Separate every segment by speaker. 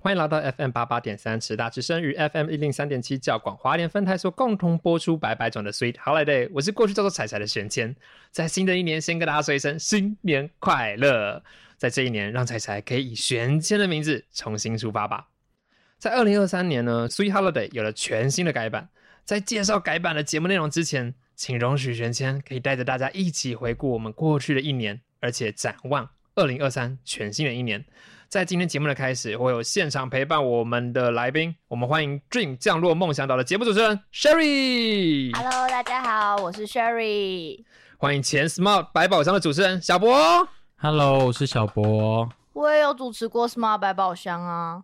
Speaker 1: 欢迎来到 FM 八八点三十大之声与 FM 一零三点七教广华联分台所共同播出百百种的 Sweet Holiday，我是过去叫做彩彩的玄谦，在新的一年先跟大家说一声新年快乐，在这一年让彩彩可以以玄谦的名字重新出发吧。在二零二三年呢，Sweet Holiday 有了全新的改版，在介绍改版的节目内容之前，请容许玄谦可以带着大家一起回顾我们过去的一年，而且展望二零二三全新的一年。在今天节目的开始，会有现场陪伴我们的来宾，我们欢迎 Dream 降落梦想岛的节目主持人 Sherry，
Speaker 2: Hello，大家好，我是 Sherry。
Speaker 1: 欢迎前 Smart 百宝箱的主持人小博。
Speaker 3: Hello，我是小博。
Speaker 2: 我也有主持过 Smart 百宝箱啊，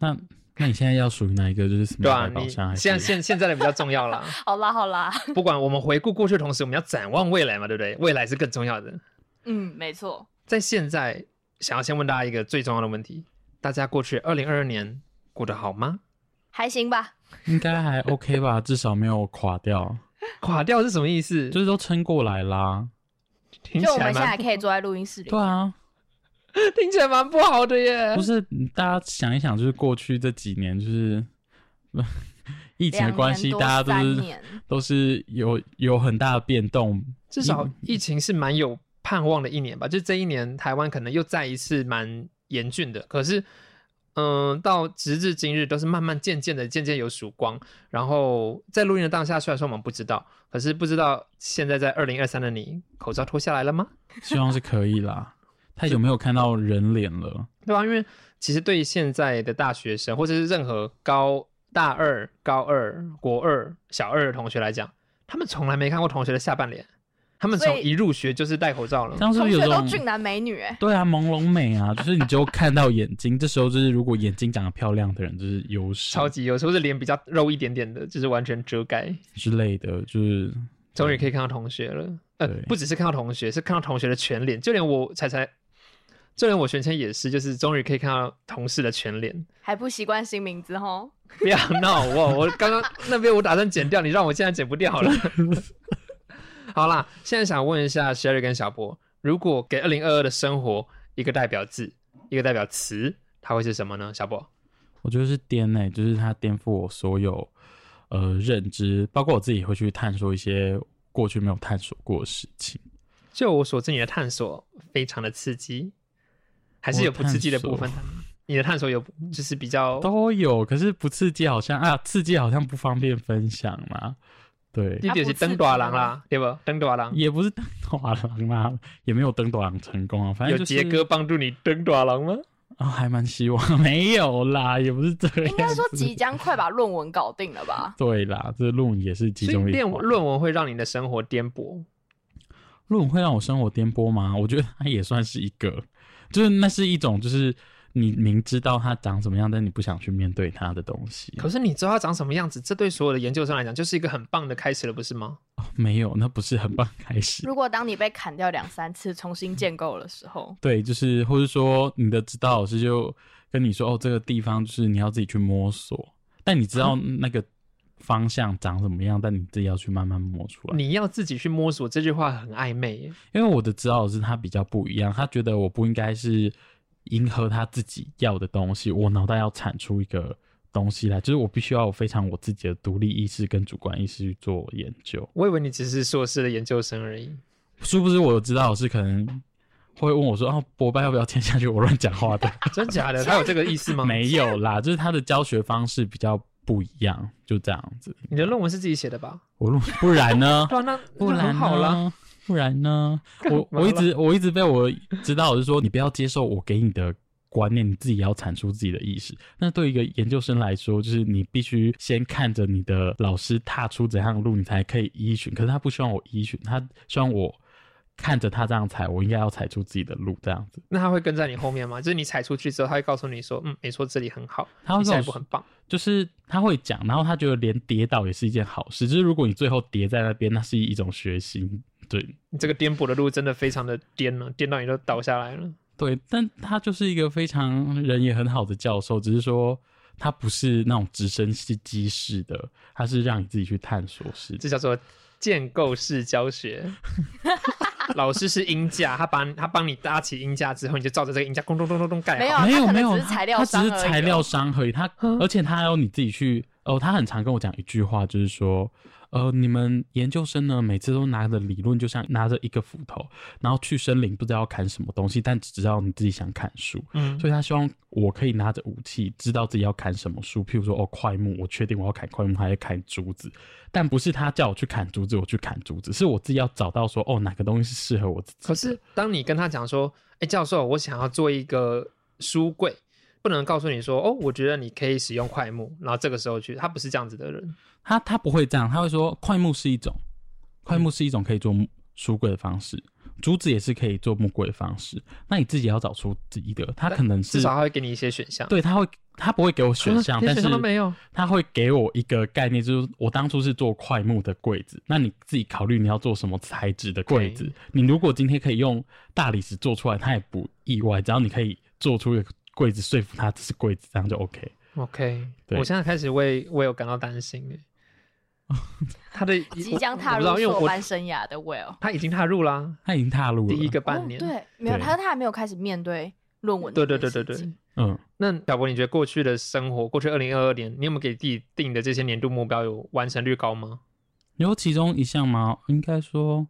Speaker 3: 那那你现在要属于哪一个？就是什么
Speaker 1: 对啊，
Speaker 3: 百宝
Speaker 1: 你
Speaker 3: 箱还是？
Speaker 1: 现现现在的比较重要啦。
Speaker 2: 好啦好啦，
Speaker 1: 不管我们回顾过去的同时，我们要展望未来嘛，对不对？未来是更重要的。
Speaker 2: 嗯，没错，
Speaker 1: 在现在，想要先问大家一个最重要的问题：大家过去二零二二年过得好吗？
Speaker 2: 还行吧。
Speaker 3: 应该还 OK 吧，至少没有垮掉，
Speaker 1: 垮掉是什么意思？
Speaker 3: 就是都撑过来啦。
Speaker 1: 听起
Speaker 2: 就我
Speaker 1: 来
Speaker 2: 们现在
Speaker 1: 蛮
Speaker 2: 可以坐在录音室里
Speaker 3: 对，啊，
Speaker 1: 听起来蛮不好的耶
Speaker 3: 不。是大家想一想，就是过去这几年，就是 疫情的关系，
Speaker 2: 两年多
Speaker 3: 大家都
Speaker 2: 三
Speaker 3: 是
Speaker 2: 年
Speaker 3: 都是有有很大的变动。
Speaker 1: 至少疫情是蛮有盼望的一年吧，就这一年台湾可能又再一次蛮严峻的，可是。嗯，到直至今日都是慢慢渐渐的，渐渐有曙光。然后在录音的当下，虽然说我们不知道，可是不知道现在在二零二三的你，口罩脱下来了吗？
Speaker 3: 希望是可以啦。太久没有看到人脸 了，
Speaker 1: 对吧？因为其实对于现在的大学生，或者是任何高大二、高二、国二、小二的同学来讲，他们从来没看过同学的下半脸，他们
Speaker 2: 所
Speaker 1: 从
Speaker 2: 以
Speaker 1: 一入学就是戴口罩了。
Speaker 3: 当时
Speaker 2: 同
Speaker 3: 有
Speaker 2: 学都
Speaker 3: 种
Speaker 2: 俊男美女哎、
Speaker 3: 对啊，朦胧美啊，就是你就看到眼睛，这时候就是如果眼睛长得漂亮的人就是优势
Speaker 1: 超级有时候是脸比较肉一点点的，就是完全遮盖，
Speaker 3: 之类的，就是
Speaker 1: 终于可以看到同学了。呃
Speaker 3: 对，
Speaker 1: 不只是看到同学，是看到同学的全脸，就连我才才，就连我玄谦也是，就是终于可以看到同事的全脸。
Speaker 2: 还不习惯新名字吼。
Speaker 1: 不要闹我，我刚刚那边我打算剪掉，你让我现在剪不掉了。好啦，现在想问一下 Sherry 跟小波，如果给二零二二的生活一个代表字，一个代表词，它会是什么呢？小波，
Speaker 3: 我觉得是颠呢、就是它颠覆我所有呃认知，包括我自己会去探索一些过去没有探索过的事情。
Speaker 1: 就我所知，你的探索非常的刺激，还是
Speaker 3: 我
Speaker 1: 有不刺激的
Speaker 3: 探索
Speaker 1: 部分的。你的探索有就是比较
Speaker 3: 都有，可是不刺激好像啊，刺激好像不方便分享嘛。对，
Speaker 1: 你就是登大郎啦，对不？登大郎
Speaker 3: 啊也不是 登短廊啦，也没有登短廊成功啊。反正
Speaker 1: 有
Speaker 3: 就是
Speaker 1: 杰哥帮助你登大郎吗？
Speaker 3: 啊、还蛮希望 没有啦，也不是这
Speaker 1: 啊
Speaker 3: 样。？
Speaker 2: 应该说即。将快把论文搞定了吧
Speaker 3: 对啦，这论文也是其
Speaker 1: 所以
Speaker 3: 中一
Speaker 1: 练
Speaker 3: 环
Speaker 1: 论文会让你的生活颠簸，
Speaker 3: 论文会让我生活颠簸吗？ 我觉得它也算是一个，就是那是一种，就是你明知道它长什么样，但你不想去面对它的东西。
Speaker 1: 可是你知道它长什么样子，这对所有的研究生来讲就是一个很棒的开始了，不是吗？
Speaker 3: 哦没有，那不是很棒开始。
Speaker 2: 如果当你被砍掉两三次，重新建构的时候，
Speaker 3: 对，就是或者说你的指导老师就跟你说，哦，这个地方就是你要自己去摸索，但你知
Speaker 1: 啊
Speaker 3: 道那个方向长什么样，但你自己要去慢慢摸出来。
Speaker 1: 你要自己去摸索，这句话很暧昧耶。
Speaker 3: 因为我的指导老师他比较不一样，他觉得我不应该是迎合他自己要的东西，我脑袋要产出一个东西来，就是我必须要有非常我自己的独立意识跟主观意识去做研究。
Speaker 1: 我以为你只是硕士的研究生而已。
Speaker 3: 殊不知我的指导老师可能会问我说：“哦，博拜要不要签下去？”我乱讲话 的，
Speaker 1: 真假的？他有这个意思吗？，
Speaker 3: 没有啦，就是他的教学方式比较不一样，就这样子。
Speaker 1: 你的论文是自己写的吧？
Speaker 3: 我如不然呢？
Speaker 1: 对啊，那
Speaker 3: 不
Speaker 1: 那
Speaker 3: 然
Speaker 1: 很好啦。
Speaker 3: 呢？不然呢？我
Speaker 1: 嘛
Speaker 3: 我一直我一直被我指导老师说，你不要接受我给你的观念，你自己也要产出自己的意识。那对于一个研究生来说，就是你必须先看着你的老师踏出怎样的路，你才可以依循。可是他不希望我依循，他希望我看着他这样踩，我应该要踩出自己的路，这样子。
Speaker 1: 那他会跟在你后面吗？就是你踩出去之后，他会告诉你说，嗯，没错，这里很好，
Speaker 3: 他会
Speaker 1: 你
Speaker 3: 跟
Speaker 1: 下
Speaker 3: 我
Speaker 1: 一步
Speaker 3: 说
Speaker 1: 很棒。
Speaker 3: 就是他会讲，然后他觉得连跌倒也是一件好事。就是如果你最后跌在那边，那是一种学习。对，
Speaker 1: 你这个颠簸的路真的非常的颠了，颠到你都倒下来了。
Speaker 3: 对，但他就是一个非常人也很好的教授，只是说他不是那种直升机式的，他是让你自己去探索式
Speaker 1: 这
Speaker 3: 的。
Speaker 1: 叫做建构式教学。 老师是鹰架，他把他帮你搭起鹰架之后，你就照着这个鹰架咚咚咚咚咚盖好。
Speaker 2: 没有
Speaker 3: 没有
Speaker 2: 啊他可能
Speaker 3: 没有，
Speaker 2: 只是材料
Speaker 3: 他只是
Speaker 2: 商而已
Speaker 3: 材料
Speaker 2: 哦
Speaker 3: 商而已。他而且他还要你自己去哦，他很常跟我讲一句话，就是说。呃，你们研究生呢，每次都拿着理论，就像拿着一个斧头，然后去森林，不知道砍什么东西，但只知道你自己想砍树。
Speaker 1: 嗯，
Speaker 3: 所以他希望我可以拿着武器，知道自己要砍什么树。譬如说，哦，快木，我确定我要砍快木，还是砍竹子？但不是他叫我去砍竹子，我去砍竹子，是我自己要找到说，哦，哪个东西是适合我自己的。
Speaker 1: 可是当你跟他讲说，哎、教授，我想要做一个书柜，不能告诉你说，哦，我觉得你可以使用快木，然后这个时候去，他不是这样子的人。
Speaker 3: 他他不会这样，他会说，快木是一种，快木是一种可以做书柜的方式，竹子也是可以做木柜的方式。那你自己要找出自己的，他可能
Speaker 1: 至
Speaker 3: 是
Speaker 1: 少他会给你一些选项。
Speaker 3: 对，他会他不会给我选项，
Speaker 1: 啊连
Speaker 3: 但
Speaker 1: 选
Speaker 3: 是
Speaker 1: 项都没有
Speaker 3: 他会给我一个概念，就是我当初是做快木的柜子，那你自己考虑你要做什么材质的柜子
Speaker 1: OK。
Speaker 3: 你如果今天可以用大理石做出来，他也不意外，只要你可以做出一个柜子，说服他这是柜子，这样就 OK。
Speaker 1: ，OK，
Speaker 3: 对
Speaker 1: 我现在开始为为我感到担 心耶。他的
Speaker 2: 即将踏
Speaker 1: 我
Speaker 2: 入
Speaker 1: 我不知道因为
Speaker 2: 硕
Speaker 1: 我
Speaker 2: 班生涯的 Will。
Speaker 1: 他已经踏入啦，
Speaker 3: 他已经踏入了
Speaker 1: 第一个半
Speaker 2: 哦
Speaker 1: 年。
Speaker 2: 对，没有
Speaker 3: 对
Speaker 2: 他，他还没有开始面对论文。
Speaker 1: 对对对对对。。
Speaker 3: 嗯，
Speaker 1: 那小博，你觉得过去的生活，过去二零二二年，你有没有给自己定的这些年度目标有完成率高吗？
Speaker 3: 有其中一项吗？应该说。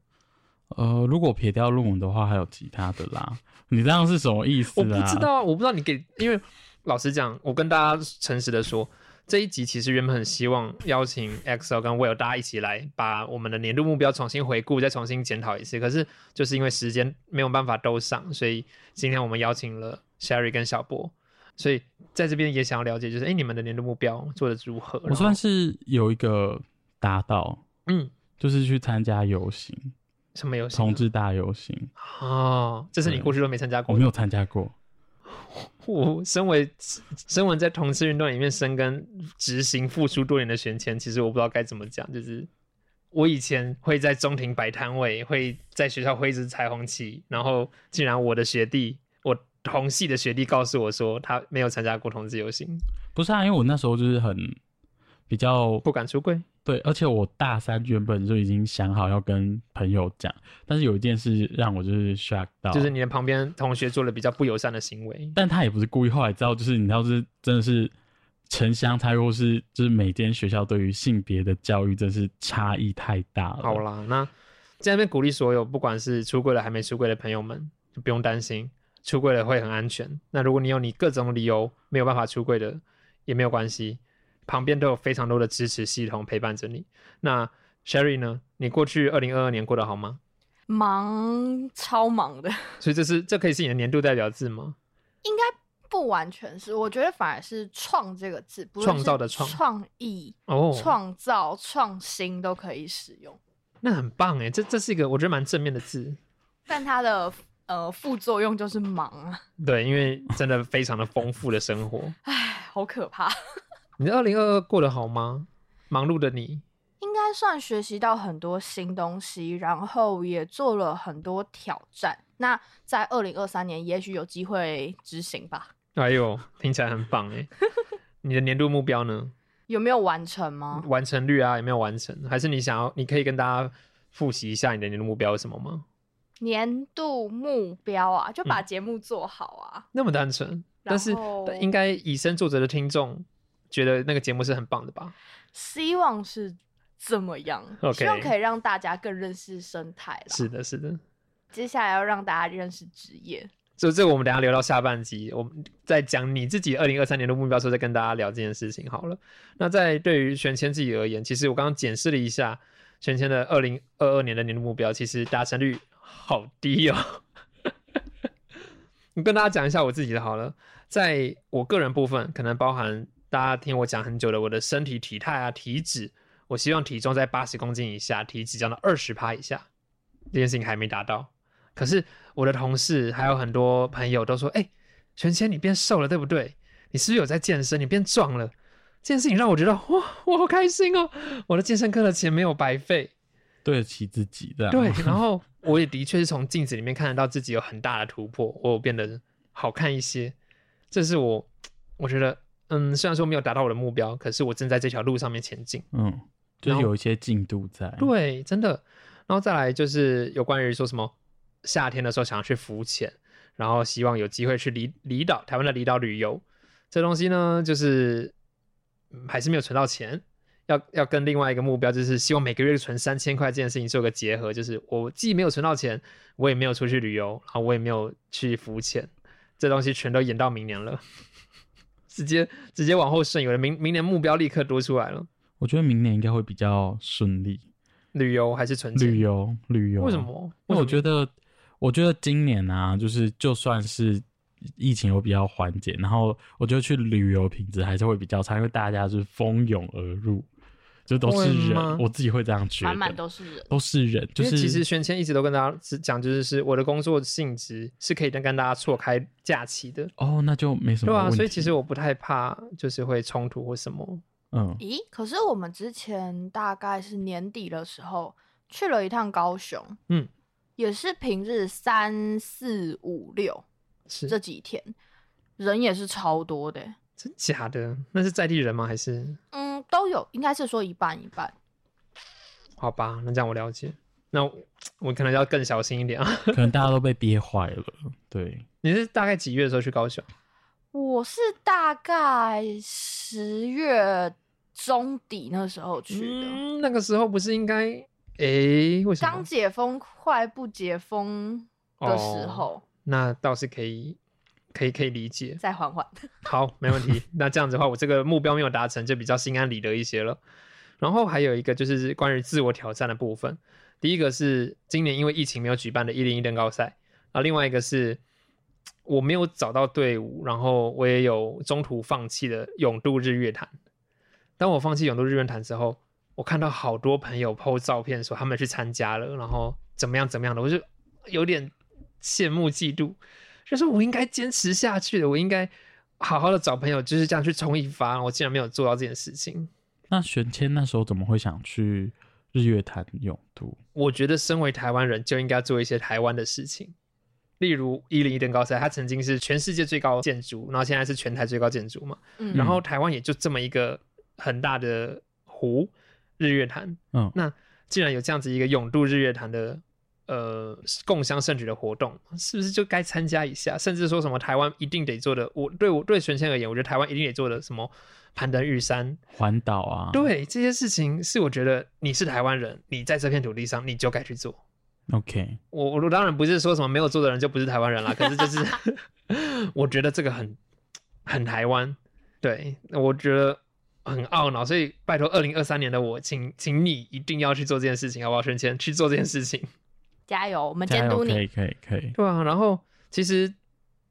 Speaker 3: 呃，如果撇掉论文的话，还有其他的啦。你这样是什么意思
Speaker 1: 我
Speaker 3: 啊？
Speaker 1: 不知道啊，我不知道你给，因为老实讲，我跟大家诚实的说，这一集其实原本很希望邀请 XO 跟 Will 大家一起来把我们的年度目标重新回顾，再重新检讨一次。可是就是因为时间没有办法都上，所以今天我们邀请了 Sherry 跟小博，所以在这边也想要了解，就是哎，诶你们的年度目标做的如何？
Speaker 3: 我算
Speaker 1: 然后
Speaker 3: 是有一个达到，
Speaker 1: 嗯，
Speaker 3: 就是去参加游行，
Speaker 1: 什么游戏？
Speaker 3: 同志大游行，
Speaker 1: 哦，这是你
Speaker 3: 对
Speaker 1: 过去都没参加
Speaker 3: 我
Speaker 1: 过的
Speaker 3: 没有参加过。
Speaker 1: 我身为身为在同志运动里面深耕、执行、付出多年的选前，其实我不知道该怎么讲。就是我以前会在中庭摆摊位，会在学校挥着彩虹旗，然后竟然我的学弟，我同系的学弟告诉我说他没有参加过同志游行，
Speaker 3: 不是啊，因为我那时候就是很比较
Speaker 1: 不敢出柜。
Speaker 3: 对，而且我大三原本就已经想好要跟朋友讲，但是有一件事让我就是 shock 到，
Speaker 1: 就是你的旁边同学做了比较不友善的行为，
Speaker 3: 但他也不是故意，后来知道就是你知道是真的是城乡差异，或是就是每间学校对于性别的教育真是差异太大了。
Speaker 1: 好啦，那在那边鼓励所有不管是出柜了还没出柜的朋友们，就不用担心，出柜了会很安全。那如果你有你各种理由没有办法出柜的，也没有关系，旁边都有非常多的支持系统陪伴着你。那 Sherry 呢？你过去二零二二年过得好吗？
Speaker 2: 忙超忙的，
Speaker 1: 所以这是这可以是你的年度代表字吗？
Speaker 2: 应该不完全是，我觉得反而是“创”这个字，不论
Speaker 1: 创
Speaker 2: 是
Speaker 1: 造的创
Speaker 2: 创意、
Speaker 1: 哦，
Speaker 2: 创造、创新都可以使用，
Speaker 1: 那很棒哎，这这是一个我觉得蛮正面的字。
Speaker 2: 但它的呃副作用就是忙啊，
Speaker 1: 对，因为真的非常的丰富的生活。
Speaker 2: 唉，好可怕。
Speaker 1: 你的二零二二过得好吗？忙碌的你，
Speaker 2: 应该算学习到很多新东西，然后也做了很多挑战。那在二零二三年，也许有机会执行吧？
Speaker 1: 哎呦，听起来很棒 哎！你的年度目标呢？
Speaker 2: 有没有完成吗？
Speaker 1: 完成率啊，有没有完成？还是你想要？你可以跟大家复习一下你的年度目标是什么吗？
Speaker 2: 年度目标啊，就
Speaker 1: 嗯
Speaker 2: 把节目做好啊。
Speaker 1: 那么单纯，但是
Speaker 2: 然后
Speaker 1: 但应该以身作则的听众觉得那个节目是很棒的吧？
Speaker 2: 希望是这么样
Speaker 1: OK
Speaker 2: 希望可以让大家更认识生态啦。
Speaker 1: 是，的，是的。
Speaker 2: 接下来要让大家认识职业。
Speaker 1: 所以这个我们等一下留到下半集，我们在讲你自己二零二三年的目标的时候再跟大家聊这件事情好了。那在对于玄谦自己而言，其实我刚刚检视了一下玄谦的二零二二年的年度目标，其实达成率好低哦。 我跟大家讲一下我自己的好了，在我个人部分，可能包含大家听我讲很久的我的身体体态啊、体脂，我希望体重在八十公斤以下，体脂降到二十趴以下，这件事情还没达到。可是我的同事还有很多朋友都说：“哎、玄谦，你变瘦了，对不对？你是不是有在健身？你变壮了？”这件事情让我觉得哇，我好开心哦！我的健身课的钱没有白费。
Speaker 3: 对得起自己这样。
Speaker 1: 对，然后我也的确是从镜子里面看得到自己有很大的突破，我有变得好看一些。这是我，我觉得，嗯，虽然说没有达到我的目标，可是我正在这条路上面前进。
Speaker 3: 嗯，就
Speaker 1: 然
Speaker 3: 是
Speaker 1: 后
Speaker 3: 有一些进度在。，
Speaker 1: 对，真的。然后再来就是有关于说什么夏天的时候想要去浮潜，然后希望有机会去离离岛台湾的离岛旅游，这东西呢就是、嗯还是没有存到钱。要要跟另外一个目标，就是希望每个月存三千块这件事情做个结合，就是我既没有存到钱，我也没有出去旅游，然后我也没有去浮潜，这东西全都延到明年了， 直接直接往后顺，有的明明年目标立刻多出来了，
Speaker 3: 我觉得明年应该会比较顺利。
Speaker 1: 旅游还是存钱，
Speaker 3: 旅游，旅游，
Speaker 1: 为什？么？
Speaker 3: 因为我
Speaker 1: 得
Speaker 3: 觉得，我觉得今年啊，就是就算是疫情有比较缓解，然后我觉得去旅游品质还是会比较差，因为大家是蜂拥而入，就都是
Speaker 1: 会吗
Speaker 3: 人，我自己会这样觉得，
Speaker 2: 满满都是人。
Speaker 3: 都是人，就
Speaker 1: 因
Speaker 3: 是
Speaker 1: 为其实玄谦一直都跟大家只讲，就是是我的工作性质是可以跟跟大家错开假期的，
Speaker 3: 哦，那就没什么
Speaker 1: 对啊，
Speaker 3: 问题
Speaker 1: 所以其实我不太怕就是会冲突或什么。
Speaker 3: 嗯，
Speaker 2: 咦？可是我们之前大概是年底的时候去了一趟高雄，
Speaker 1: 嗯，
Speaker 2: 也是平日三四五六
Speaker 1: 是
Speaker 2: 这几天，人也是超多的欸、
Speaker 1: 真假的？那是在地人吗？还是
Speaker 2: 嗯，都有，应该是说一半一半。
Speaker 1: 好吧？那这样我了解。那我我可能要更小心一点啊。
Speaker 3: 可能大家都被憋坏了，对，
Speaker 1: 你是大概几月的时候去高雄？
Speaker 2: 我是大概十月中底那时候去的，
Speaker 1: 嗯，那个时候不是应该诶、为什
Speaker 2: 刚
Speaker 1: 么？
Speaker 2: 解封快不解封的时候，
Speaker 3: 哦
Speaker 1: 哦那倒是可以，可以可以理解。
Speaker 2: 再缓 缓。
Speaker 1: 好，没问题。那这样子的话，我这个目标没有达成，就比较心安理得一些了。然后还有一个就是关于自我挑战的部分。第一个是今年因为疫情没有举办的一零一登高赛，然后另外一个是我没有找到队伍，然后我也有中途放弃的永渡日月潭。当我放弃永渡日月潭之后，我看到好多朋友 PO 照片说他们去参加了，然后怎么样怎么样的，我就有点羡慕嫉妒，就是我应该坚持下去的，我应该好好的找朋友就是这样去冲一发，我竟然没有做到这件事情。
Speaker 3: 那玄谦那时候怎么会想去日月潭永渡？
Speaker 1: 我觉得身为台湾人就应该做一些台湾的事情，例如一零一登高赛，它曾经是全世界最高建筑，然后现在是全台最高建筑嘛。
Speaker 2: 嗯，
Speaker 1: 然后台湾也就这么一个很大的湖——日月潭。
Speaker 3: 嗯
Speaker 1: 那既然有这样子一个永渡日月潭的呃共襄盛举的活动，是不是就该参加一下？甚至说什么台湾一定得做的，我对我对玄谦而言，我觉得台湾一定得做的什么攀登玉山，
Speaker 3: 环岛啊，，
Speaker 1: 对这些事情是我觉得你是台湾人，你在这片土地上你就该去做。
Speaker 3: OK，
Speaker 1: 我我当然不是说什么没有做的人就不是台湾人啦，可是就是 我觉得这个很很台湾，对我觉得很懊恼，所以拜托二零二三年的我，请请你一定要去做这件事情，好不好？轩谦去做这件事情，
Speaker 2: 加油，我
Speaker 1: 啊
Speaker 2: 们
Speaker 3: 加
Speaker 2: 监
Speaker 3: 油，
Speaker 2: 督
Speaker 3: 可
Speaker 2: 你。
Speaker 3: 以，可以，可以，
Speaker 1: 对啊。然后其实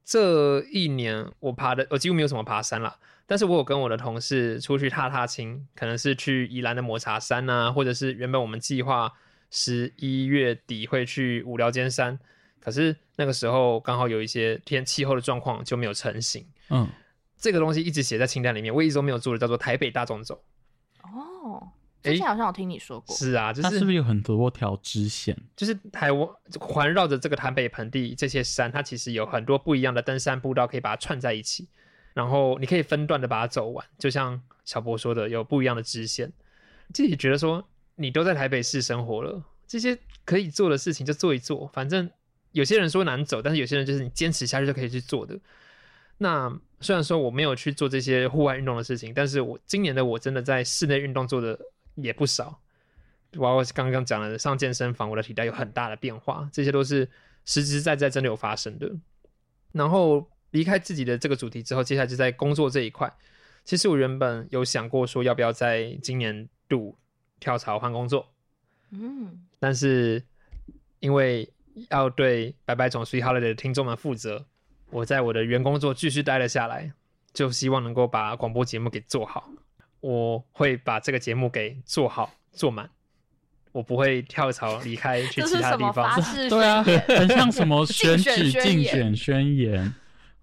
Speaker 1: 这一年我爬的我几乎没有什么爬山啦，但是我有跟我的同事出去踏踏青，可能是去宜兰的抹茶山啊，或者是原本我们计划十一月底会去五寮尖山，可是那个时候刚好有一些天气候的状况就没有成型。
Speaker 3: 嗯，
Speaker 1: 这个东西一直写在清单里面，我一直都没有做的叫做台北大众走。
Speaker 2: 哦，
Speaker 1: 诶
Speaker 2: 之前好像有听你说过，
Speaker 1: 是啊，就
Speaker 3: 那
Speaker 1: 是
Speaker 3: 是不是有很多条支线？
Speaker 1: 就是台湾环绕着这个台北盆地这些山，它其实有很多不一样的登山步道可以把它串在一起，然后你可以分段的把它走完，就像小博说的，有不一样的支线。自己觉得说，你都在台北市生活了，这些可以做的事情就做一做，反正有些人说难走，但是有些人就是你坚持下去就可以去做的。那虽然说我没有去做这些户外运动的事情，但是我今年的我真的在室内运动做的也不少，包括刚刚讲的上健身房，我的体态有很大的变化，这些都是实实在在真的有发生的。然后离开自己的这个主题之后，接下来就在工作这一块。其实我原本有想过说要不要在今年度跳槽换工作，
Speaker 2: 嗯，
Speaker 1: 但是因为要对白白种 Sweet Holiday 的听众们负责，我在我的原工作继续待了下来，就希望能够把广播节目给做好。我会把这个节目给做好做满，我不会跳槽离开去
Speaker 2: 这
Speaker 1: 其
Speaker 2: 是
Speaker 1: 他
Speaker 2: 什
Speaker 1: 地
Speaker 2: 么
Speaker 1: 方
Speaker 2: 发。誓宣
Speaker 3: 对啊，
Speaker 2: 言？
Speaker 3: 很像什么
Speaker 2: 竞
Speaker 3: 选
Speaker 2: 选
Speaker 3: 举
Speaker 2: 宣
Speaker 3: 竞
Speaker 2: 言
Speaker 3: 选宣言。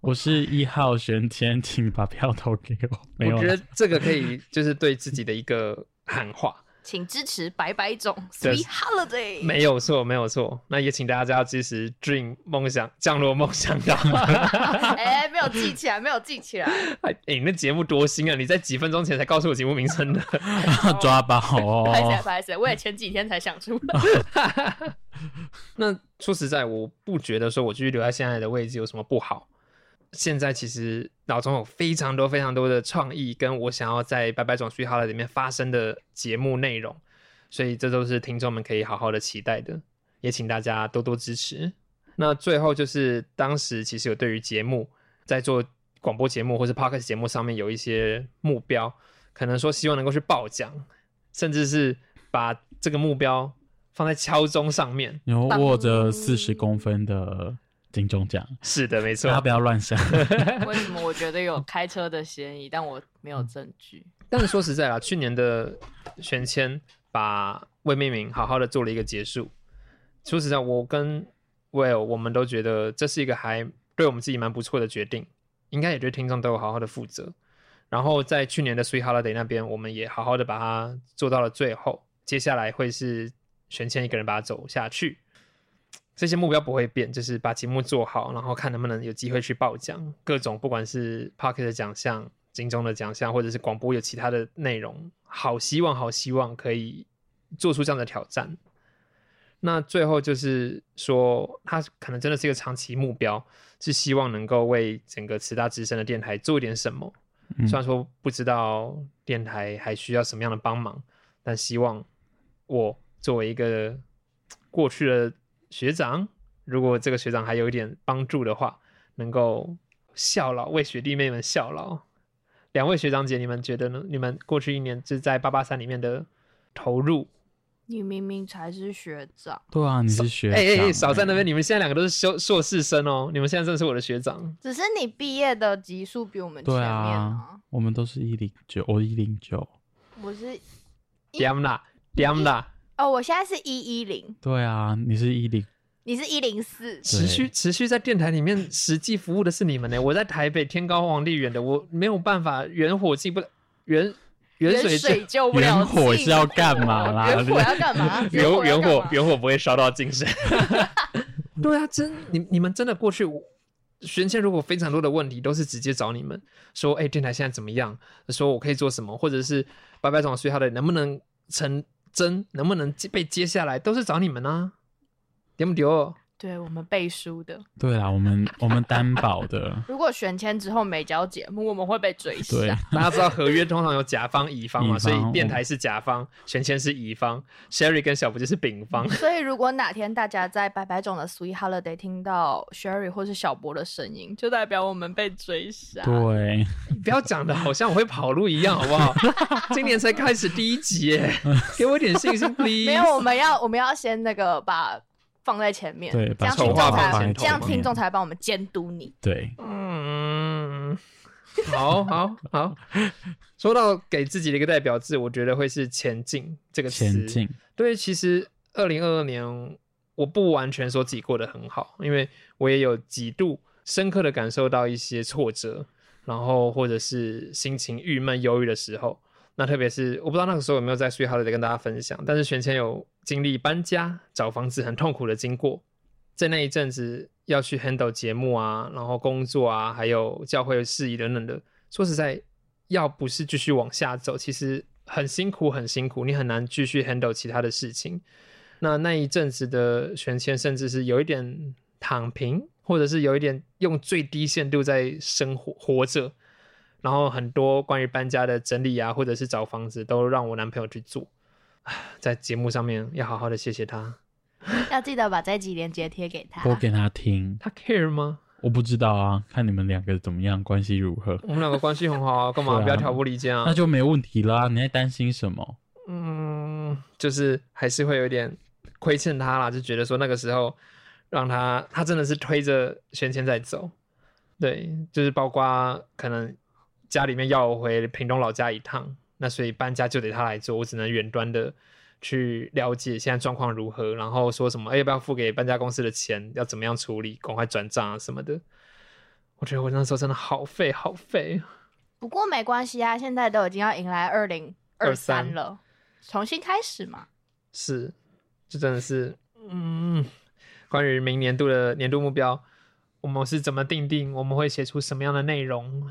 Speaker 3: 我是一号选前，请把票投给我。没有
Speaker 1: 我
Speaker 3: 啦，
Speaker 1: 觉得这个可以就是对自己的一个喊话。
Speaker 2: 请支持白 白种
Speaker 1: 这
Speaker 2: Sweet Holiday。
Speaker 1: 没有错，没有错。那也请大家要支持 Dream 梦想降落梦想岛。
Speaker 2: 哎、没有记起来，没有记起来。
Speaker 1: 哎、你那节目多新啊！你在几分钟前才告诉我节目名称的。
Speaker 3: 抓包
Speaker 2: 拍谁
Speaker 3: 哦。
Speaker 2: 拍谁，我也前几天才想出 来。
Speaker 1: 那说实在，我不觉得说我继续留在现在的位置有什么不好。现在其实脑中有非常多非常多的创意，跟我想要在《拜拜总序号》里面发生的节目内容，所以这都是听众们可以好好的期待的，也请大家多多支持。那最后就是当时其实有对于节目在做广播节目或是 p o d c a s t 节目上面有一些目标，可能说希望能够去报奖，甚至是把这个目标放在敲钟上面。
Speaker 3: 然后握着四十公分的金钟奖，
Speaker 1: 是的，
Speaker 3: 大
Speaker 1: 没
Speaker 3: 家
Speaker 1: 错
Speaker 3: 不。要乱 想。
Speaker 2: 为什么我觉得有开车的嫌疑，但我没有证据？
Speaker 1: 但是说实在啦，去年的选签把魏明明好好的做了一个结束。说实在，我跟 Will 我们都觉得这是一个还对我们自己蛮不错的决定，应该也对听众都有好好的负责。然后在去年的 Sweet Holiday 那边，我们也好好的把它做到了最后。接下来会是玄谦一个人把它走下去，这些目标不会变，就是把节目做好，然后看能不能有机会去报奖，各种不管是 Pocket 的奖项、金钟的奖项，或者是广播有其他的内容，好希望，好希望可以做出这样的挑战。那最后就是说，它可能真的是一个长期目标，是希望能够为整个慈大之声的电台做一点什么。
Speaker 3: 嗯
Speaker 1: 虽然说不知道电台还需要什么样的帮忙，但希望我作为一个过去的学长，如果这个学长还有一点帮助的话，能够效劳，为学弟妹们效劳。两位学长姐，你们觉得呢？你们过去一年是在八八三里面的投入，
Speaker 2: 你明明才是学长，
Speaker 3: 对啊，你是学
Speaker 1: 哎哎
Speaker 3: 长
Speaker 1: 哎，少在那边，你们现在两个都是修硕士生哦，你们现在真的是我的学长。
Speaker 2: 只是你毕业的级数比我们前
Speaker 3: 对
Speaker 2: 面
Speaker 3: 啊，我们都是一零九，我一零九。
Speaker 2: 我是
Speaker 1: 点啦点啦，
Speaker 2: 哦，我现在是一一零，
Speaker 3: 对啊，你是一零，
Speaker 2: 你是一零四，
Speaker 1: 持续持续在电台里面实际服务的是你们呢。我在台北天高皇帝远的，我没有办法远火进不了远远水
Speaker 2: 水
Speaker 1: 进
Speaker 2: 救不了
Speaker 3: 元
Speaker 2: 近。
Speaker 3: 火是要干嘛啦？
Speaker 2: 远火要 干嘛？
Speaker 1: 远
Speaker 2: 火要
Speaker 1: 远
Speaker 2: 干
Speaker 1: 火
Speaker 2: 嘛？
Speaker 1: 远火不会烧到精神。 对啊，真你你们真的过去，我玄倩如果非常多的问题都是直接找你们说，哎、电台现在怎么样？说我可以做什么，或者是白白总学他的能不能成真，能不能接被接下来，都是找你们啊，丢哦不丢？
Speaker 2: 对我们背书的，，
Speaker 3: 对啦，我们我们担保的
Speaker 2: 如果选签之后没交节目，我们会被追杀。
Speaker 3: 对，
Speaker 1: 大家知道合约通常有甲方、乙方嘛，
Speaker 3: 乙方哦
Speaker 1: 所以电台是甲方，玄谦是乙方，Sherry 跟小福就是丙 方。
Speaker 2: 所以，如果哪天大家在白白种的 Sweet Holiday 听到 Sherry 或是小博的声音，就代表我们被追杀。
Speaker 3: 对，
Speaker 1: 不要讲的好像我会跑路一样，好 不好？今年才开始第一集耶，给我一点信心，please。
Speaker 2: 没有，我们要我们要先那个把放在前面，
Speaker 3: 对
Speaker 2: 这
Speaker 3: 把
Speaker 2: 样听
Speaker 1: 丑
Speaker 2: 众
Speaker 1: 话放在
Speaker 2: 才
Speaker 1: 前
Speaker 2: 这样
Speaker 1: 面
Speaker 2: 听众才帮我们监督你。
Speaker 3: 对，
Speaker 1: 嗯，好好好。说到给自己的一个代表字，我觉得会是前进这个词。
Speaker 3: 前进，
Speaker 1: 对，其实二零二二年我不完全说自己过得很好，因为我也有几度深刻的感受到一些挫折，然后或者是心情郁闷、忧郁的时候。那特别是我不知道那个时候有没有在 s w e e t Holiday 跟大家分享，但是玄谦有经历搬家、找房子很痛苦的经过，在那一阵子要去 handle 节目啊，然后工作啊，还有教会事宜等等的。说实在，要不是继续往下走，其实很辛苦，很辛苦，你很难继续 handle 其他的事情。那那一阵子的玄谦，甚至是有一点躺平，或者是有一点用最低限度在生活活着。然后很多关于搬家的整理啊，或者是找房子，都让我男朋友去做。唉在节目上面要好好的谢谢他，
Speaker 2: 要记得把这集连接贴给他。
Speaker 3: 播给他听。
Speaker 1: 他 care 吗？
Speaker 3: 我不知道啊，看你们两个怎么样，关系如何，
Speaker 1: 我们两个关系很好啊，干嘛
Speaker 3: 对啊
Speaker 1: 不要挑拨离间啊？
Speaker 3: 那就没问题啦。你在担心什么？
Speaker 1: 嗯，就是还是会有点亏欠他啦，就觉得说那个时候让他他真的是推着玄谦在走，对，就是包括可能家里面要我回屏东老家一趟，那所以搬家就得他来做，我只能远端的去了解现在状况如何，然后说什么哎要不要付给搬家公司的钱，要怎么样处理，赶快转账啊什么的。我觉得我那时候真的好废，好废。
Speaker 2: 不过没关系啊，现在都已经要迎来二零二三
Speaker 1: 23
Speaker 2: 了，重新开始嘛。
Speaker 1: 是，这真的是，嗯，关于明年度的年度目标，我们是怎么定定？我们会写出什么样的内容？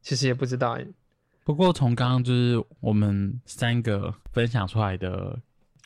Speaker 1: 其实也不知道
Speaker 3: 嗯
Speaker 1: 欸，
Speaker 3: 不过从刚刚就是我们三个分享出来的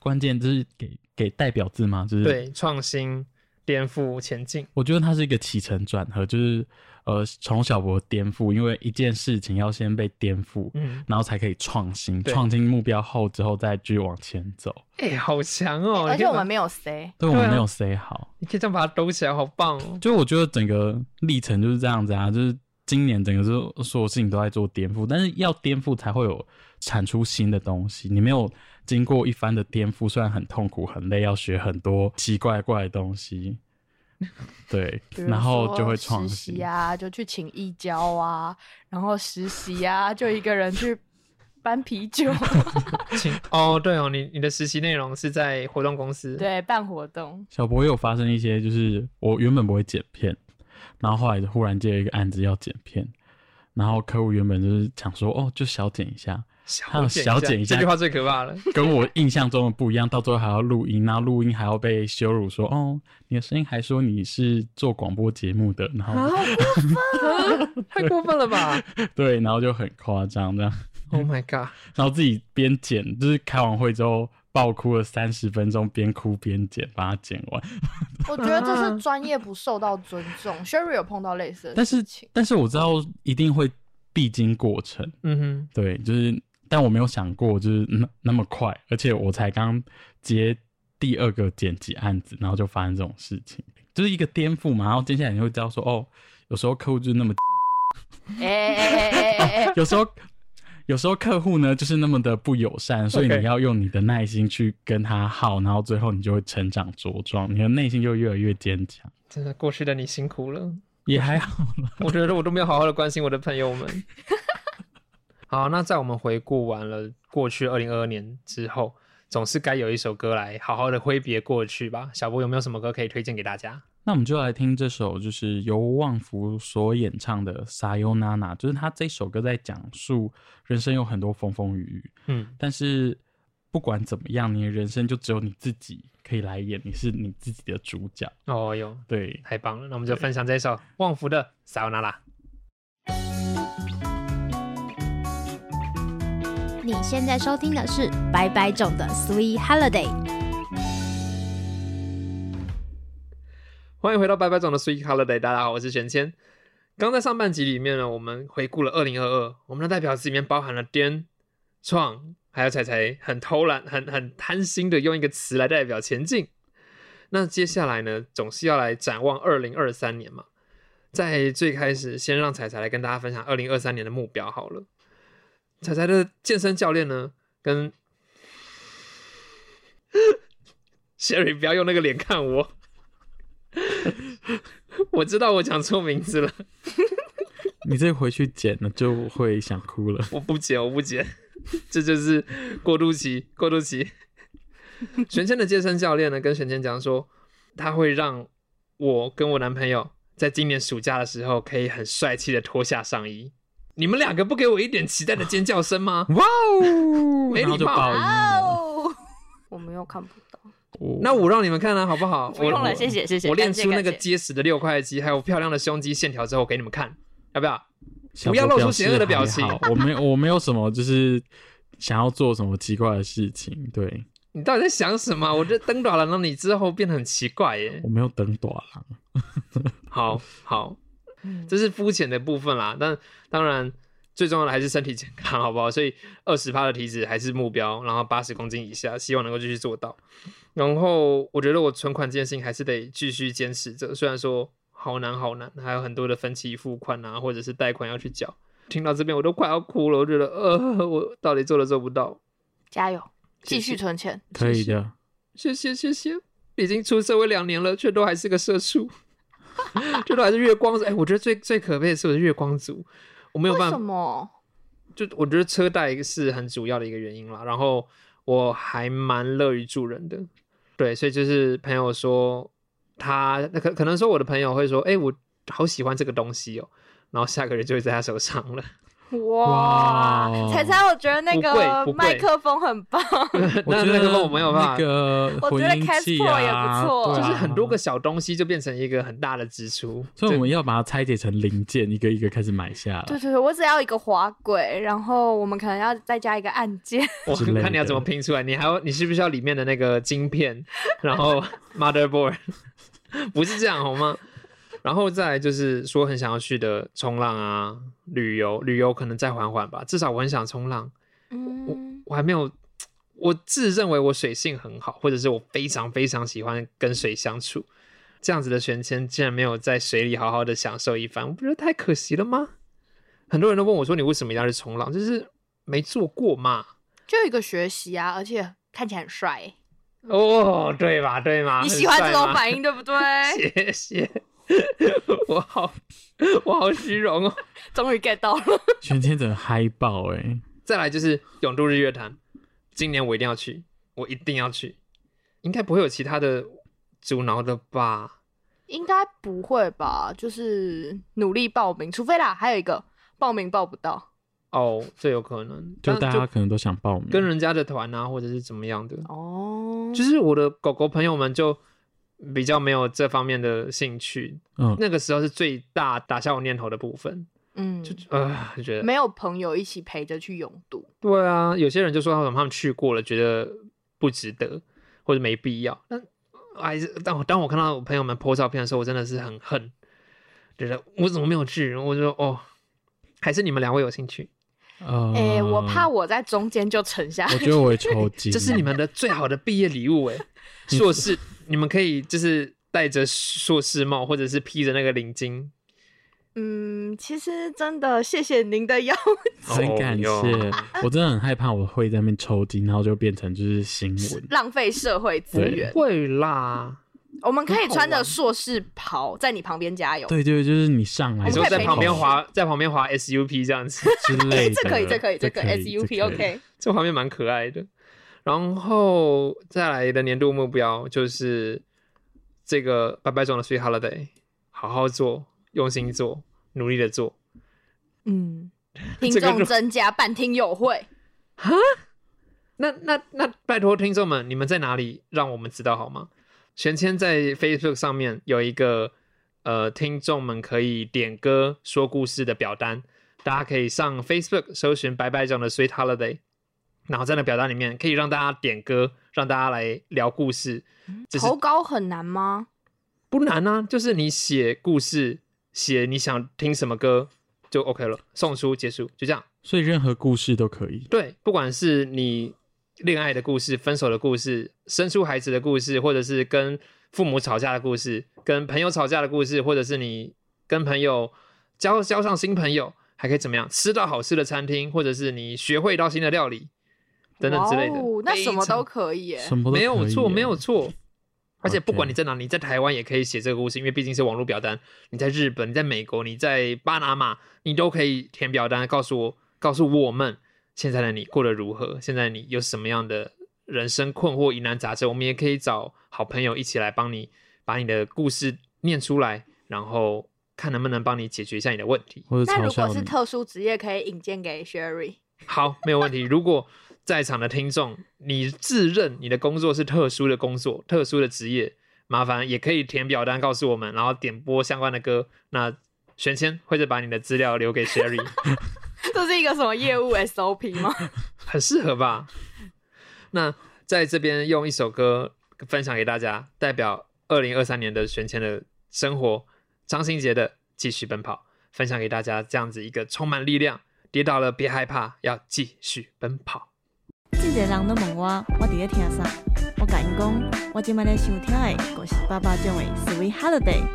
Speaker 3: 关键，就是给给代表字嘛，就是
Speaker 1: 对，创新、颠覆、前进，
Speaker 3: 我觉得它是一个起承转合，就是呃从小我颠覆，因为一件事情要先被颠覆，
Speaker 1: 嗯，
Speaker 3: 然后才可以创新，
Speaker 1: 对
Speaker 3: 创新目标后之后再继续往前走。
Speaker 1: 哎、好强哦！
Speaker 2: 而
Speaker 1: 你可
Speaker 2: 且
Speaker 1: 以
Speaker 2: 我
Speaker 1: 把
Speaker 2: 们没有 C，
Speaker 3: 对我们
Speaker 1: 对啊
Speaker 3: 没有 say 好，
Speaker 1: 你可以这样把它兜起来，好棒 哦！
Speaker 3: 就我觉得整个历程就是这样子啊，就是今年整个就是所有事情都在做颠覆，但是要颠覆才会有产出新的东西。你没有经过一番的颠覆，虽然很痛苦很累，要学很多奇怪怪的东 西，对，
Speaker 2: 比如
Speaker 3: 然后
Speaker 2: 说
Speaker 3: 就会创
Speaker 2: 实习
Speaker 3: 新。
Speaker 2: 啊，就去请义教啊，然后实习啊，就一个人去搬啤酒，啊
Speaker 1: 请哦，对哦，你你的实习内容是在活动公司，，
Speaker 2: 对，办活动。
Speaker 3: 小博也有发生一些，就是我原本不会剪片，然后后来忽然接了一个案子要剪片，然后客户原本就是想说，哦，就小剪一下，还
Speaker 1: 小
Speaker 3: 有啊
Speaker 1: 剪
Speaker 3: 小
Speaker 1: 一下
Speaker 3: 剪一下
Speaker 1: 这句话最可怕了。
Speaker 3: 跟我印象中的不一样，到最后还要录音，然后录音还要被羞辱说，哦，你的声音还说你是做广播节目的，然后、
Speaker 2: 啊
Speaker 1: 太过分了吧
Speaker 3: 对，然后就很夸张这样，
Speaker 1: ！Oh my god！
Speaker 3: 然后自己边剪，就是开完会之后爆哭了三十分钟，边哭边剪，把它剪完。
Speaker 2: 我觉得这
Speaker 1: 啊
Speaker 2: 是专业不受到尊重。Sherry 有碰到类似的
Speaker 3: 但
Speaker 2: 事
Speaker 3: 是
Speaker 2: 情，
Speaker 3: 但是我知道一定会必经过程，
Speaker 1: 嗯哼，
Speaker 3: 对，就是，但我没有想过就是 那那么快，而且我才刚接第二个剪辑案子，然后就发生这种事情，就是一个颠覆嘛。然后接下来你会知道说，哦，有时候客户就是那么，
Speaker 2: 哎哎哎哎哎哎，
Speaker 3: 有时候有时候客户呢就是那么的不友善，所以
Speaker 1: OK
Speaker 3: 你要用你的耐心去跟他耗，然后最后你就会成长茁壮，你的内心就越来越坚强，
Speaker 1: 真的，过去的你辛苦了。
Speaker 3: 也还好啦。
Speaker 1: 我觉得我都没有好好的关心我的朋友们。好，那在我们回顾完了过去二零二二年之后，总是该有一首歌来好好的挥别过去吧。小波有没有什么歌可以推荐给大家？
Speaker 3: 那我们就来听这首，就是由旺福所演唱的《撒尤娜娜》，就是他这首歌在讲述人生有很多风风雨雨，
Speaker 1: 嗯，
Speaker 3: 但是不管怎么样，你的人生就只有你自己可以来演，你是你自己的主角。
Speaker 1: 哦哟，
Speaker 3: 对，
Speaker 1: 太棒了！那我们就分享这首旺福的《撒由那拉》。
Speaker 4: 你现在收听的是白白种的 Sweet Holiday。
Speaker 1: 欢迎回到白白总的 Sweet Holiday，大家好，我是玄谦。刚在上半集里面呢，我们回顾了二零二二，我们的代表词里面包含了颠、创，还有彩彩很偷懒、很很贪心的用一个词来代表前进。那接下来呢，总是要来展望二零二三年嘛。在最开始，先让彩彩来跟大家分享二零二三年的目标好了。彩彩的健身教练呢，跟 Sherry 不要用那个脸看我。我知道我讲错名字了，
Speaker 3: 你这回去剪了就会想哭了。
Speaker 1: 我不解，我不解，这就是过渡期，过渡期。玄谦的健身教练呢，跟玄谦讲说，他会让我跟我男朋友在今年暑假的时候，可以很帅气的脱下上衣。你们两个不给我一点期待的尖叫声吗？
Speaker 3: 哇哦，
Speaker 1: 没礼貌
Speaker 3: 然后就爆音了。
Speaker 2: 哦，我们又看不到，
Speaker 1: 那我让你们看啊，好不好？
Speaker 2: 不用了，谢谢谢谢。
Speaker 1: 我练
Speaker 2: 感谢
Speaker 1: 出那个
Speaker 2: 感谢
Speaker 1: 结实的六块肌，还有漂亮的胸肌线条之后，给你们看，要不要？
Speaker 3: 小
Speaker 1: 不要
Speaker 3: 博
Speaker 1: 露出邪恶的表
Speaker 3: 示还
Speaker 1: 情
Speaker 3: 好我没我没有什么就是想要做什么奇怪的事情，对
Speaker 1: 你到底在想什么？啊我这登短了，让你之后变得很奇怪耶
Speaker 3: 我。没有等短 了。
Speaker 1: 好好，
Speaker 2: 嗯
Speaker 1: 这是肤浅的部分啦。但当然，最重要的还是身体健康，好不好？所以二十趴的体脂还是目标，然后八十公斤以下，希望能够继续做到。然后我觉得我存款这件事情还是得继续坚持着，虽然说好难好难，还有很多的分期付款啊，或者是贷款要去缴。听到这边我都快要哭了，我觉得呃，我到底做都做不到。
Speaker 2: 加油，继
Speaker 1: 谢谢
Speaker 2: 续存钱。
Speaker 3: 可以的，
Speaker 1: 谢谢谢谢，已经出社会两年了，却都还是个社畜。 最多还是月光族。哎、我觉得最最可悲的是我的月光族，我没有
Speaker 2: 为
Speaker 1: 办
Speaker 2: 什
Speaker 1: 法，
Speaker 2: 么？
Speaker 1: 就我觉得车贷是很主要的一个原因啦。然后我还蛮乐于助人的，对，所以就是朋友说他那可可能说我的朋友会说，哎、我好喜欢这个东西哦、然后下个月就会在他手上 了。
Speaker 2: 哇
Speaker 3: 哇，
Speaker 2: 彩彩，我觉得那
Speaker 1: 不贵
Speaker 2: 个
Speaker 1: 不贵
Speaker 2: 麦克风很棒，
Speaker 3: 我
Speaker 1: 那
Speaker 3: 觉得
Speaker 1: 那个我没有办法
Speaker 3: 那个
Speaker 2: 我觉
Speaker 3: 混
Speaker 2: 得
Speaker 3: 音器
Speaker 2: Casper
Speaker 3: 啊，
Speaker 2: 也不错
Speaker 3: 对啊
Speaker 1: 就是很多个，小东西就变成一个很大的支出，
Speaker 3: 所以我们要把它拆解成零件，一个一个开始买下
Speaker 2: 对
Speaker 3: 来。
Speaker 2: 对对，我只要一个滑轨，然后我们可能要再加一个按键，
Speaker 1: 我
Speaker 3: 之类的
Speaker 1: 看你要怎么拼出来，你还要你是不是要里面的那个晶片，然 后 motherboard，不是这样好吗？然后再来就是说很想要去的冲浪啊，旅游旅游可能再缓缓吧，至少我很想冲浪，
Speaker 2: 嗯，
Speaker 1: 我还没有，我自认为我水性很好，或者是我非常非常喜欢跟水相处，这样子的悬签竟然没有在水里好好的享受一番，我不觉得太可惜了吗？很多人都问我说你为什么一定要去冲浪，就是没做过嘛。
Speaker 2: 就有一个学习啊，而且看起来很帅，
Speaker 1: 哦，对吧？对吗？
Speaker 2: 你喜欢这种
Speaker 1: 应？
Speaker 2: 反应对不对？
Speaker 1: 谢谢，我好， 我好虚荣哦。
Speaker 2: 终于 get 到了，
Speaker 3: 全天整个嗨爆哎、
Speaker 1: 再来就是永渡日月潭，今年我一定要去，我一定要去，应该不会有其他的阻挠的吧？
Speaker 2: 应该不会吧？就是努力报名，除非啦，还有一个报名报不到
Speaker 1: 哦，这有可能，
Speaker 3: 就
Speaker 1: 但
Speaker 3: 大家可能都想嗯报名，
Speaker 1: 跟人家的团啊，或者是怎么样的，
Speaker 2: 哦，
Speaker 1: 就是我的狗狗朋友们就比较没有这方面的兴趣，
Speaker 3: 嗯，
Speaker 1: 那个时候是最大打消我念头的部分，
Speaker 2: 嗯，
Speaker 1: 就呃，觉得
Speaker 2: 没有朋友一起陪着去勇渡，
Speaker 1: 对啊，有些人就说他们他们去过了，觉得不值得或者没必要。但还是当我当我看到我朋友们 po 照片的时候，我真的是很恨，觉得我怎么没有去？我就说哦，还是你们两位有兴趣，
Speaker 3: 呃，
Speaker 2: 哎、我怕我啊在中间就沉下
Speaker 3: 我
Speaker 2: 去
Speaker 3: 觉。得我会抽筋，啊
Speaker 1: 这是你们的最好的毕业礼物哎， 硕士，你们可以就是戴着硕士帽，或者是披着那个领巾，
Speaker 2: 嗯，其实真的谢谢您的邀，
Speaker 3: 很感谢
Speaker 1: 哦哟，
Speaker 3: 我真的很害怕我会在那边抽筋，然后就变成就是新闻
Speaker 2: 浪费社会资
Speaker 3: 对
Speaker 2: 源。
Speaker 1: 会啦。
Speaker 2: 我们可以
Speaker 1: 很
Speaker 2: 穿
Speaker 1: 好
Speaker 2: 着
Speaker 1: 玩
Speaker 2: 硕士袍在你旁边加油。
Speaker 3: 对对，就是你上来
Speaker 2: 我
Speaker 1: 你
Speaker 2: 们
Speaker 1: 说
Speaker 2: 可以
Speaker 1: 在
Speaker 2: 陪
Speaker 1: 旁边
Speaker 2: 你去
Speaker 1: 滑，在旁边滑 SUP 这样子。
Speaker 3: 之类的，
Speaker 2: 这可以，这可以，这可以
Speaker 3: 这
Speaker 2: ，SUP
Speaker 3: 可以
Speaker 2: OK。
Speaker 1: 这画面蛮可爱的。然后再来的年度目标就是这个拜拜中的 Sweet Holiday，好好做，用心做，努力的做。
Speaker 2: 嗯，听
Speaker 1: 这个
Speaker 2: 众
Speaker 1: 就
Speaker 2: 增加，半听友会。
Speaker 1: 那那那，拜托听众们，你们在哪里？让我们知道好吗？玄谦在 Facebook 上面有一个呃，听众们可以点歌说故事的表单，大家可以上 Facebook 搜寻“白白讲的 Sweet Holiday”，然后在那表单里面可以让大家点歌，让大家来聊故事。这是
Speaker 2: 投稿很难吗？
Speaker 1: 不难啊，就是你写故事，写你想听什么歌就 OK 了，送出结束，就这样。
Speaker 3: 所以任何故事都可以。
Speaker 1: 对，不管是你恋爱的故事、分手的故事、生出孩子的故事，或者是跟父母吵架的故事、跟朋友吵架的故事，或者是你跟朋友交交上新朋友，还可以怎么样？吃到好吃的餐厅，或者是你学会一道新的料理，等等之类的
Speaker 2: 哇哦。那什么
Speaker 1: 非常
Speaker 2: 都可以耶。
Speaker 3: 什么都
Speaker 1: 没有
Speaker 3: 可以
Speaker 1: 错，
Speaker 3: 耶
Speaker 1: 没有。错。而且不管
Speaker 3: OK
Speaker 1: 你在哪里，你在台湾也可以写这个故事，因为毕竟是网络表单。你在日本，你在美国，你在巴拿马，你都可以填表单，告诉我，告诉我们现在的你过得如何，现在你有什么样的人生困惑、疑难杂症。我们也可以找好朋友一起来帮你把你的故事念出来，然后看能不能帮你解决一下你的问题。
Speaker 3: 或者
Speaker 2: 那
Speaker 3: 嘲
Speaker 2: 如
Speaker 3: 笑
Speaker 2: 果
Speaker 3: 你
Speaker 2: 是特殊职业，可以引荐给 Sherry。
Speaker 1: 好，没有问题。如果在场的听众，你自认你的工作是特殊的工作、特殊的职业，麻烦也可以填表单告诉我们，然后点播相关的歌。那玄谦会再把你的资料留给 Sherry，
Speaker 2: 这是一个什么业务 SOP 吗？
Speaker 1: 很适合吧？那在这边用一首歌分享给大家，代表二零二三年的玄谦的生活，张信哲的《继续奔跑》，分享给大家这样子一个充满力量，跌倒了别害怕，要继续奔跑。
Speaker 5: 真侪人都问我，我伫咧听啥？我甲因讲，我即摆咧收听的，就是爸爸种的《Sweet Holiday》。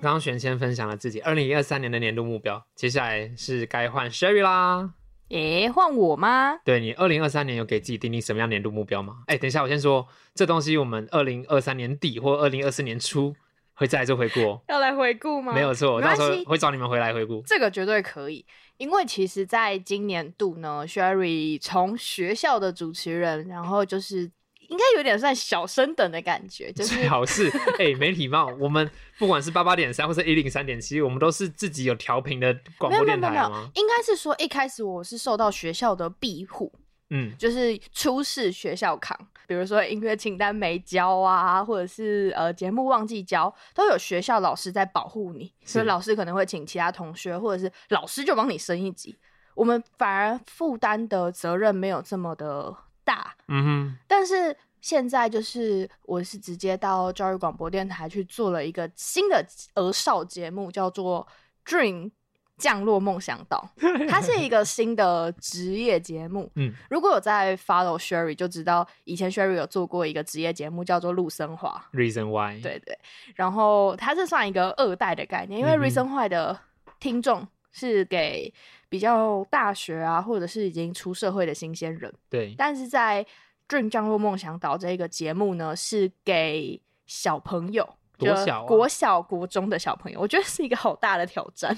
Speaker 1: 刚刚玄谦分享了自己二零二三年的年度目标，接下来是该换 Sherry 啦。
Speaker 2: 诶，换我吗？
Speaker 1: 对你二零二三年有给自己定定什么样年度目标吗？哎，等一下，我先说这东西，我们二零二三年底或二零二四年初会再来做回顾哦。
Speaker 2: 要来回顾吗
Speaker 1: 没有错，我
Speaker 2: 没
Speaker 1: 到
Speaker 2: 关
Speaker 1: 时候
Speaker 2: 系
Speaker 1: 会找你们回来回顾。
Speaker 2: 这个绝对可以，因为其实在今年度呢，Sherry 从学校的主持人，然后就是应该有点算小升等的感觉，就是
Speaker 1: 最好 是哎、没礼貌。我们不管是八八点三或是一零三点七，我们都是自己有调频的广
Speaker 2: 没有
Speaker 1: 播
Speaker 2: 没
Speaker 1: 电
Speaker 2: 有没
Speaker 1: 台啊
Speaker 2: 有没有
Speaker 1: 吗？，
Speaker 2: 应该是说一开始我是受到学校的庇护，
Speaker 1: 嗯，
Speaker 2: 就是出事学校扛，比如说音乐清单没交啊，或者是呃节目忘记交，都有学校老师在保护你，所以
Speaker 1: 是
Speaker 2: 老师可能会请其他同学，或者是老师就帮你升一级。我们反而负担的责任没有这么的大，
Speaker 1: 嗯
Speaker 2: 但是现在就是我是直接到教育广播电台去做了一个新的儿少节目，叫做《Dream 降落梦想岛》， 它是一个新的职业节目。
Speaker 1: 嗯，
Speaker 2: 如果有在 follow Sherry 就知道，以前 Sherry 有做过一个职业节目叫做《陆生华》，
Speaker 1: 哼，Reason Why，，
Speaker 2: 对对，然后它是算一个二代的概念，因为
Speaker 1: 嗯哼
Speaker 2: Reason Why 的听众是给比较大学啊，或者是已经出社会的新鲜人。
Speaker 1: 对，
Speaker 2: 但是在《dream 降落梦想岛》这一个节目呢，是给小朋友，
Speaker 1: 多
Speaker 2: 就
Speaker 1: 小啊
Speaker 2: 国小、国中的小朋友，我觉得是一个好大的挑战。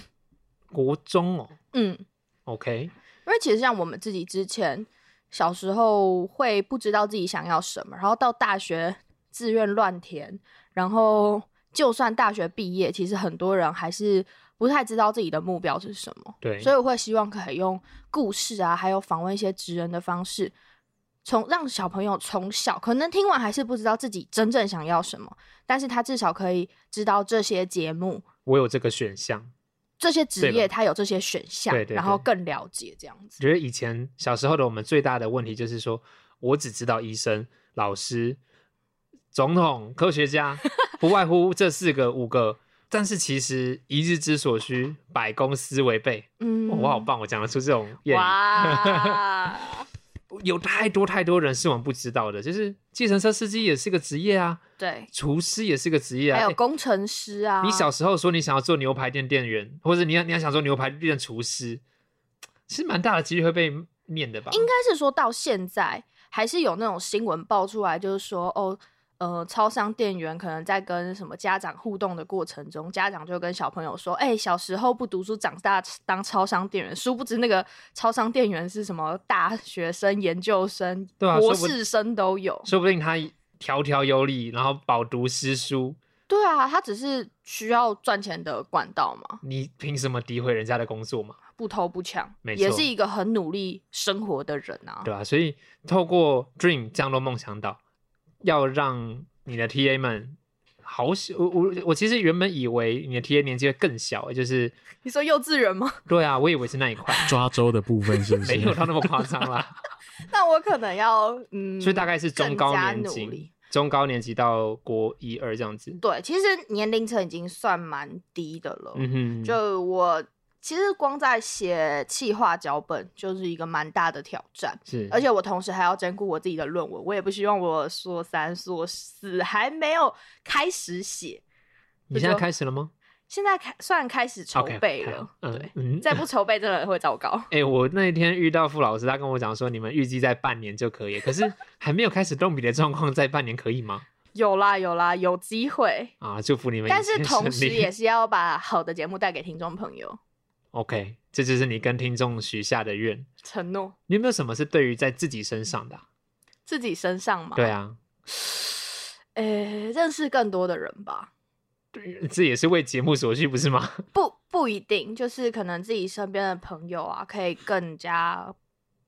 Speaker 1: 国中哦
Speaker 2: 嗯，
Speaker 1: ，OK，
Speaker 2: 因为其实像我们自己之前小时候会不知道自己想要什么，然后到大学自愿乱填，然后就算大学毕业，其实很多人还是不太知道自己的目标是什么。
Speaker 1: 对，
Speaker 2: 所以我会希望可以用故事啊，还有访问一些职人的方式，从让小朋友从小可能听完还是不知道自己真正想要什么，但是他至少可以知道这些节目、
Speaker 1: 我有这个选项。
Speaker 2: 这些职
Speaker 1: 对
Speaker 2: 业，
Speaker 1: 了
Speaker 2: 他有这些选项，
Speaker 1: 对对
Speaker 2: 然后
Speaker 1: 对
Speaker 2: 更了解这样子。
Speaker 1: 觉得以前小时候的我们最大的问题就是说，我只知道医生、老师、总统、科学家，不外乎这四个五个。但是其实一日之所需，百公司为备。
Speaker 2: 嗯
Speaker 1: 哦我好棒，我讲得出这种谚语。
Speaker 2: 哇，
Speaker 1: 有太多太多人是我们不知道的，就是计程车司机也是个职业啊，
Speaker 2: 对，
Speaker 1: 厨师也是个职业啊。
Speaker 2: 还有
Speaker 1: 欸
Speaker 2: 工程师啊，
Speaker 1: 你小时候说你想要做牛排店店员，或者你要你要想做牛排店厨师，其实蛮大的几率会被念的吧？
Speaker 2: 应该是说到现在还是有那种新闻爆出来，就是说哦。呃，超商店员可能在跟什么家长互动的过程中，家长就跟小朋友说：“哎、小时候不读书，长大当超商店员。”殊不知那个超商店员是什么大学生、研究生、
Speaker 1: 对啊
Speaker 2: 博
Speaker 1: 说不
Speaker 2: 士生都有。
Speaker 1: 说不定他条条有理，然后饱读诗书，
Speaker 2: 对啊，他只是需要赚钱的管道嘛，
Speaker 1: 你凭什么诋毁人家的工作嘛？
Speaker 2: 不偷不抢，
Speaker 1: 没
Speaker 2: 也
Speaker 1: 错
Speaker 2: 是一个很努力生活的人啊。
Speaker 1: 对吧、所以透过 Dream 降落梦想岛，要让你的 TA 们好小。我我我其实原本以为你的 TA 年纪会更小，就是
Speaker 2: 你说幼稚 园吗？
Speaker 1: 对啊，我以为是那一 块，
Speaker 3: 抓周的部分是不是？
Speaker 1: 没有到那么夸张啦。
Speaker 2: 那我可能要 嗯，
Speaker 1: 所以大概是中高年
Speaker 2: 更加努力
Speaker 1: 级，中高年级到国一二这样子。
Speaker 2: 对，其实年龄层已经算蛮低的了。
Speaker 1: 嗯哼，
Speaker 2: 哦就我其实光在写企划脚本就是一个蛮大的挑战，
Speaker 1: 是，
Speaker 2: 而且我同时还要兼顾我自己的论文，我也不希望我硕三、硕四还没有开始写，
Speaker 1: 你现在
Speaker 2: 就
Speaker 1: 开始了吗？
Speaker 2: 现在开算开始筹
Speaker 1: OK，
Speaker 2: 备
Speaker 1: 太好
Speaker 2: 了。
Speaker 1: 嗯
Speaker 2: 对，
Speaker 1: 嗯
Speaker 2: 再不筹备真的会糟糕。
Speaker 1: 哎、我那一天遇到傅老师，他跟我讲说，你们预计在半年就可以，可 是还没有开始动笔的状况，在半年可以吗？
Speaker 2: 有啦有啦，有机会，
Speaker 1: 啊，祝福你们一切
Speaker 2: 但
Speaker 1: 顺
Speaker 2: 是
Speaker 1: 利。
Speaker 2: 同时也是要把好的节目带给听众朋友，
Speaker 1: OK，这就是你跟听众许下的愿。
Speaker 2: 承诺。
Speaker 1: 你有没有什么是对于在自己身上的啊、
Speaker 2: 自己身上嘛。
Speaker 1: 对，啊，
Speaker 2: 呃、认识更多的人吧，
Speaker 1: 这也是为节目所需，不是吗？
Speaker 2: 不不一定，就是可能自己身边的朋友啊，可以更加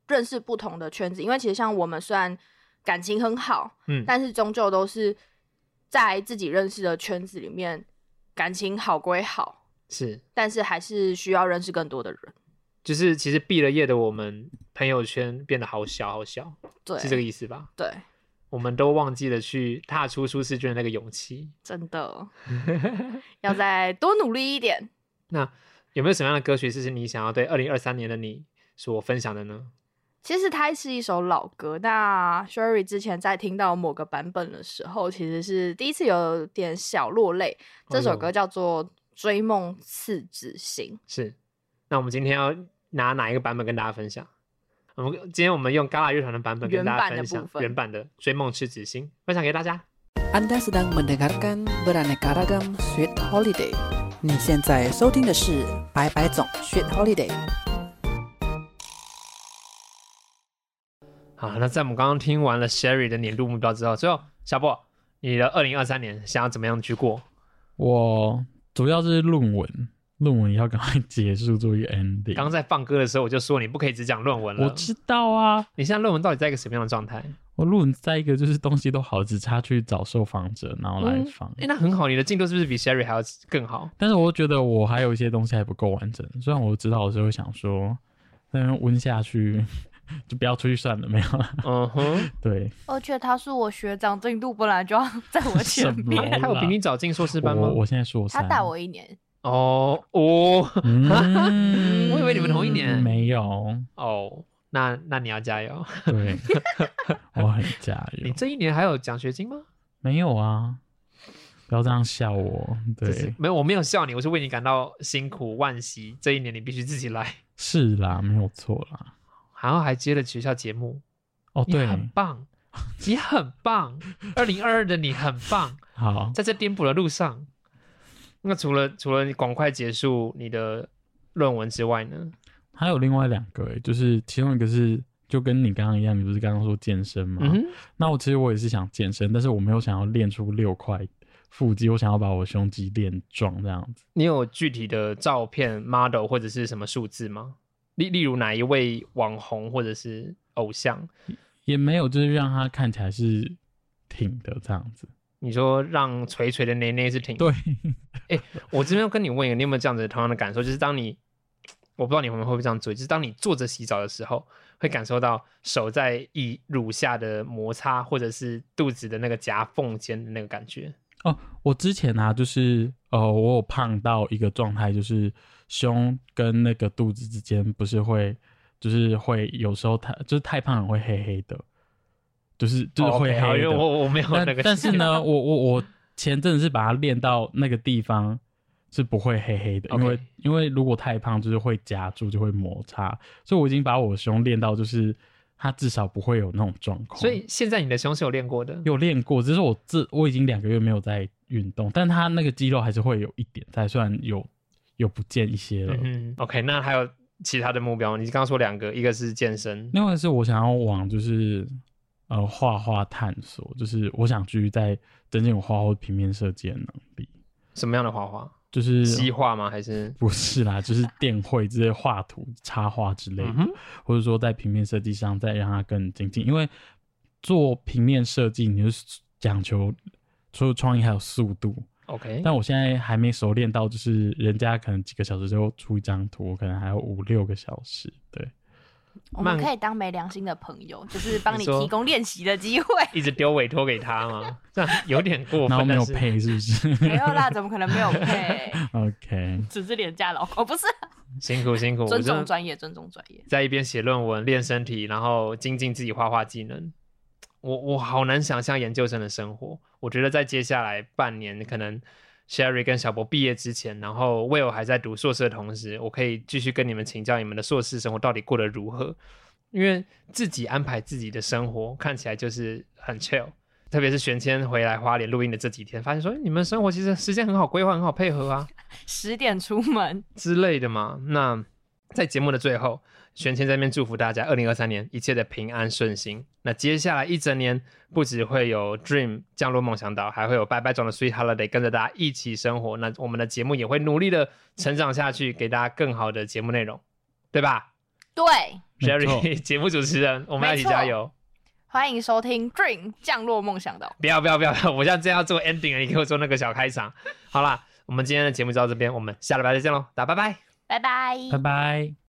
Speaker 2: 认识不同的圈子。因为其实像我们虽然感情很好，
Speaker 1: 嗯，
Speaker 2: 但是终究都是在自己认识的圈子里面，感情好归好，
Speaker 1: 是，
Speaker 2: 但是还是需要认识更多的人。
Speaker 1: 就是其实毕了业的我们，朋友圈变得好小好小，
Speaker 2: 对，
Speaker 1: 是这个意思吧？
Speaker 2: 对，
Speaker 1: 我们都忘记了去踏出舒适圈的那个勇气。
Speaker 2: 真 的要再多努力一点。
Speaker 1: 那有没有什么样的歌曲是是你想要对二零二三年的你所分享的呢？
Speaker 2: 其实它是一首老歌。那 Sherry 之前在听到某个版本的时候，其实是第一次有点小落泪。
Speaker 1: 哎
Speaker 2: 这首歌叫做《追梦赤子心》，
Speaker 1: 是，那我们今天要拿哪一个版本跟大家分享？我们今天我们用 Gala 乐团的版本跟
Speaker 2: 原
Speaker 1: 大
Speaker 2: 版
Speaker 1: 家
Speaker 2: 的
Speaker 1: 分
Speaker 2: 部
Speaker 1: 享
Speaker 2: 分
Speaker 1: 原版的《追梦赤子心》，分享给大家。
Speaker 6: Anda sedang mendengarkan Beraneka Ragam Sweet Holiday。你现在收听的是白白总 Sweet Holiday。
Speaker 1: 好，那在我们刚刚听完了 Sherry 的年度目标之后，最后小波，你的二零二三年想要怎么样去过？
Speaker 3: 我主要是论文，论文要赶快结束做一个 ending。
Speaker 1: 刚在放歌的时候我就说你不可以只讲论文了。
Speaker 3: 我知道啊，
Speaker 1: 你现在论文到底在一个什么样的状态？
Speaker 3: 我论文在一个就是东西都好，只差去找受访者然后来
Speaker 1: 嗯
Speaker 3: 访。
Speaker 1: 哎、那很好，你的进度是不是比 Sherry 还要更好？
Speaker 3: 但是我觉得我还有一些东西还不够完整，虽然我知道有时候想说，在那边温下去 就不要出去算了，没有了。
Speaker 1: 嗯 哼，
Speaker 3: 对，
Speaker 2: 而且哦他是我学长，进度本来就要在我前
Speaker 3: 什么
Speaker 2: 面，
Speaker 1: 他有比你早进硕士班吗
Speaker 3: 我？我现在说
Speaker 2: 他大我一年，
Speaker 1: 哦哦
Speaker 3: 嗯
Speaker 1: 我以为你们同一年
Speaker 3: 没有。
Speaker 1: 哦，那那你要加油。
Speaker 3: 对， 我很加
Speaker 1: 你
Speaker 3: 油。
Speaker 1: 这一年还有奖学金吗？
Speaker 3: 没有啊，不要这样笑我。
Speaker 1: 就是
Speaker 3: 对，
Speaker 1: 没有，我没有笑你，我是为你感到辛苦惋惜。这一年你必须自己来，
Speaker 3: 是啦，没有错啦。然
Speaker 1: 然后还接了学校节目，
Speaker 3: 哦，
Speaker 1: 你
Speaker 3: 对，
Speaker 1: 很棒，你很棒。二零二二的你很棒，
Speaker 3: 好，
Speaker 1: 在这颠簸的路上。那除了除了你赶快结束你的论文之外呢？
Speaker 3: 还有另外两个、欸，就是其中一个是就跟你刚刚一样，你不是刚刚说健身吗？
Speaker 1: 嗯哼，
Speaker 3: 那我其实我也是想健身，但是我没有想要练出六块腹肌，我想要把我胸肌练壮这样子。
Speaker 1: 你有具体的照片 model 或者是什么数字吗？例例如哪一位网红或者是偶像？
Speaker 3: 也没有，就是让它看起来是挺的这样子。
Speaker 1: 你说让垂垂的内内是挺
Speaker 3: 对，
Speaker 1: 我这边要跟你问一个，你有没有这样子的同样的感受？就是当你，我不知道你们会不会这样做，就是当你坐着洗澡的时候，会感受到手在腋乳下的摩擦，或者是肚子的那个夹缝间的那个感觉。
Speaker 3: 哦，我之前啊，就是呃，我有胖到一个状态，就是胸跟那个肚子之间不是会，就是会有时候太就是太胖人会黑黑的，就是就是
Speaker 1: 哦
Speaker 3: 会
Speaker 1: ，OK，好
Speaker 3: 黑
Speaker 1: 因
Speaker 3: 的。
Speaker 1: 为我我没有那
Speaker 3: 但
Speaker 1: 个，
Speaker 3: 但是，呢，我我我前阵子是把它练到那个地方是不会黑黑的，因为
Speaker 1: OK
Speaker 3: 因为如果太胖就是会夹住，就会摩擦，所以我已经把我胸练到就是它至少不会有那种状况。
Speaker 1: 所以现在你的胸是有练过的。嗯
Speaker 3: 有练过，只是我这我已经两个月没有在运动，但它那个肌肉还是会有一点在，虽然有有不见一些了。
Speaker 1: 嗯哼，OK，那还有其他的目标吗？你刚刚说两个，一个是健身，
Speaker 3: 另外是我想要往就是呃画画探索，就是我想继续在增进我画画或平面设计的能力，
Speaker 1: 什么样的画画？
Speaker 3: 就是
Speaker 1: 西画吗？还是？
Speaker 3: 不是啦，就是电绘这些画图、插画之类的，
Speaker 1: 嗯哼，
Speaker 3: 或者说在平面设计上再让它更精进。因为做平面设计，你就是讲求除了创意还有速度，
Speaker 1: ，OK，
Speaker 3: 但我现在还没熟练到，就是人家可能几个小时就出一张图，我可能还有五六个小时。对，
Speaker 2: 我们
Speaker 1: 慢
Speaker 2: 可以当没良心的朋 友，就是帮
Speaker 1: 你
Speaker 2: 你
Speaker 1: 说
Speaker 2: 提供练习的机会。
Speaker 1: 一直丢委托给他吗？这样有点过
Speaker 3: 然后
Speaker 1: 分，
Speaker 3: 没有
Speaker 1: 但是
Speaker 3: 配是不
Speaker 2: 没
Speaker 3: 是
Speaker 2: 有啦，怎么可能没有配？
Speaker 3: ？OK，
Speaker 2: 只是廉价劳工，哦不是，
Speaker 1: 辛苦辛苦，我
Speaker 2: 尊
Speaker 1: 真
Speaker 2: 重
Speaker 1: 的
Speaker 2: 专业，尊重专业。
Speaker 1: 在一边写论文、练身体，然后精进自己画画技能。我我好难想象研究生的生活。我觉得在接下来半年，可能 Sherry 跟小博毕业之前，然后 Will 还在读硕士的同时，我可以继续跟你们请教你们的硕士生活到底过得如何。因为自己安排自己的生活，看起来就是很 chill。特别是玄谦回来花莲录音的这几天，发现说哎你们生活其实时间很好规划，很好配合啊。
Speaker 2: 十点出门，
Speaker 1: 之类的嘛。那在节目的最后，玄谦在这边祝福大家，二零二三年一切的平安顺心。那接下来一整年，不只会有 Dream 降落梦想岛，还会有拜拜中的 Sweet Holiday 跟着大家一起生活。那我们的节目也会努力的成长下去，给大家更好的节目内容，对吧
Speaker 2: 对，
Speaker 3: 没错
Speaker 1: ？Jerry 节目主持人，我们要一起加油！
Speaker 2: 欢迎收听《Dream 降落梦想岛》。
Speaker 1: 不要不要不要！我现在这样做 ending 了，你给我做那个小开场。好啦，我们今天的节目就到这边，我们下礼拜再见喽，大家拜拜。
Speaker 2: 拜拜。
Speaker 3: 拜拜。